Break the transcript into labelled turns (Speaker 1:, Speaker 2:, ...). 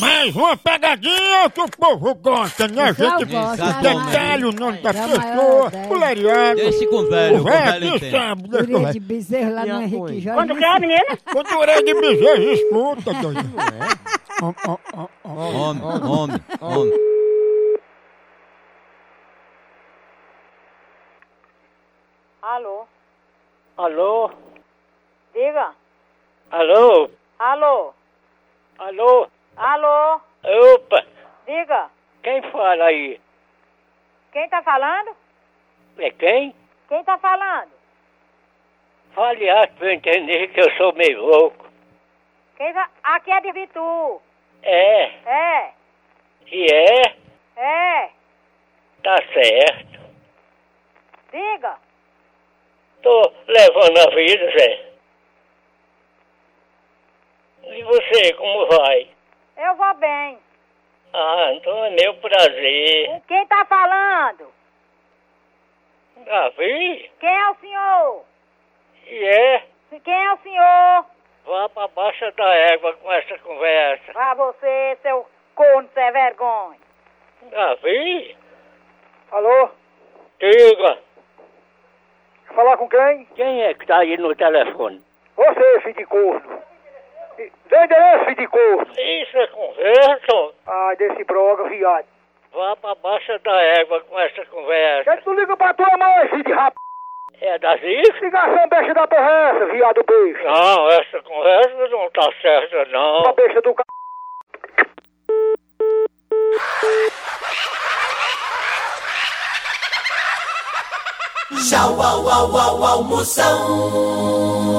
Speaker 1: mais uma pegadinha que o povo gosta, né? A gente
Speaker 2: gosto,
Speaker 1: detalha o nome da
Speaker 2: Exatamente.
Speaker 1: pessoa,
Speaker 2: É.
Speaker 1: o lariado.
Speaker 3: Deixe com o velho,
Speaker 1: O
Speaker 3: com o velho
Speaker 1: velho
Speaker 3: entende.
Speaker 1: sabe, né? deixa eu
Speaker 2: Guria
Speaker 1: ver.
Speaker 2: de bezerro lá no Henrique Jorge.
Speaker 4: Quanto que é, menina?
Speaker 1: Quando o orelha de bezerro escuta, doido. Ó, ó, ó, ó.
Speaker 3: Homem, homem, homem.
Speaker 4: Alô?
Speaker 5: Alô?
Speaker 4: Diga.
Speaker 5: Alô?
Speaker 4: Alô?
Speaker 5: Alô?
Speaker 4: Alô?
Speaker 5: Opa!
Speaker 4: Diga.
Speaker 5: Quem fala aí?
Speaker 4: Quem tá falando?
Speaker 5: É quem?
Speaker 4: Quem tá falando?
Speaker 5: Fale alto pra eu entender que eu sou meio louco.
Speaker 4: Quem fa... Aqui é de Vitu.
Speaker 5: É,
Speaker 4: É.
Speaker 5: e é,
Speaker 4: É.
Speaker 5: tá certo.
Speaker 4: Diga.
Speaker 5: Tô levando a vida, Zé. E você, como vai?
Speaker 4: Eu vou bem.
Speaker 5: Ah, então é meu prazer.
Speaker 4: Quem tá falando?
Speaker 5: Davi?
Speaker 4: Quem é o senhor?
Speaker 5: E é?
Speaker 4: Quem é o senhor?
Speaker 5: Vá pra baixa da égua com essa conversa.
Speaker 4: Pra você, seu corno sem vergonha.
Speaker 5: Davi?
Speaker 4: Alô?
Speaker 5: Diga,
Speaker 4: Falar com quem?
Speaker 5: quem é que tá aí no telefone?
Speaker 4: Você, filho de corno. Dê endereço, filho de corno.
Speaker 5: Isso é conversa?
Speaker 4: Ai, desse broga, viado.
Speaker 5: Vá pra baixa da égua com essa conversa.
Speaker 4: Quer que tu liga pra tua mãe, filho de rap...
Speaker 5: É das isso?
Speaker 4: Ligação besta da porra é essa, viado besta.
Speaker 5: Não, essa conversa não tá certa,
Speaker 4: Uma
Speaker 5: não.
Speaker 4: besta do c...
Speaker 6: Tchau, au, au, au, almoção.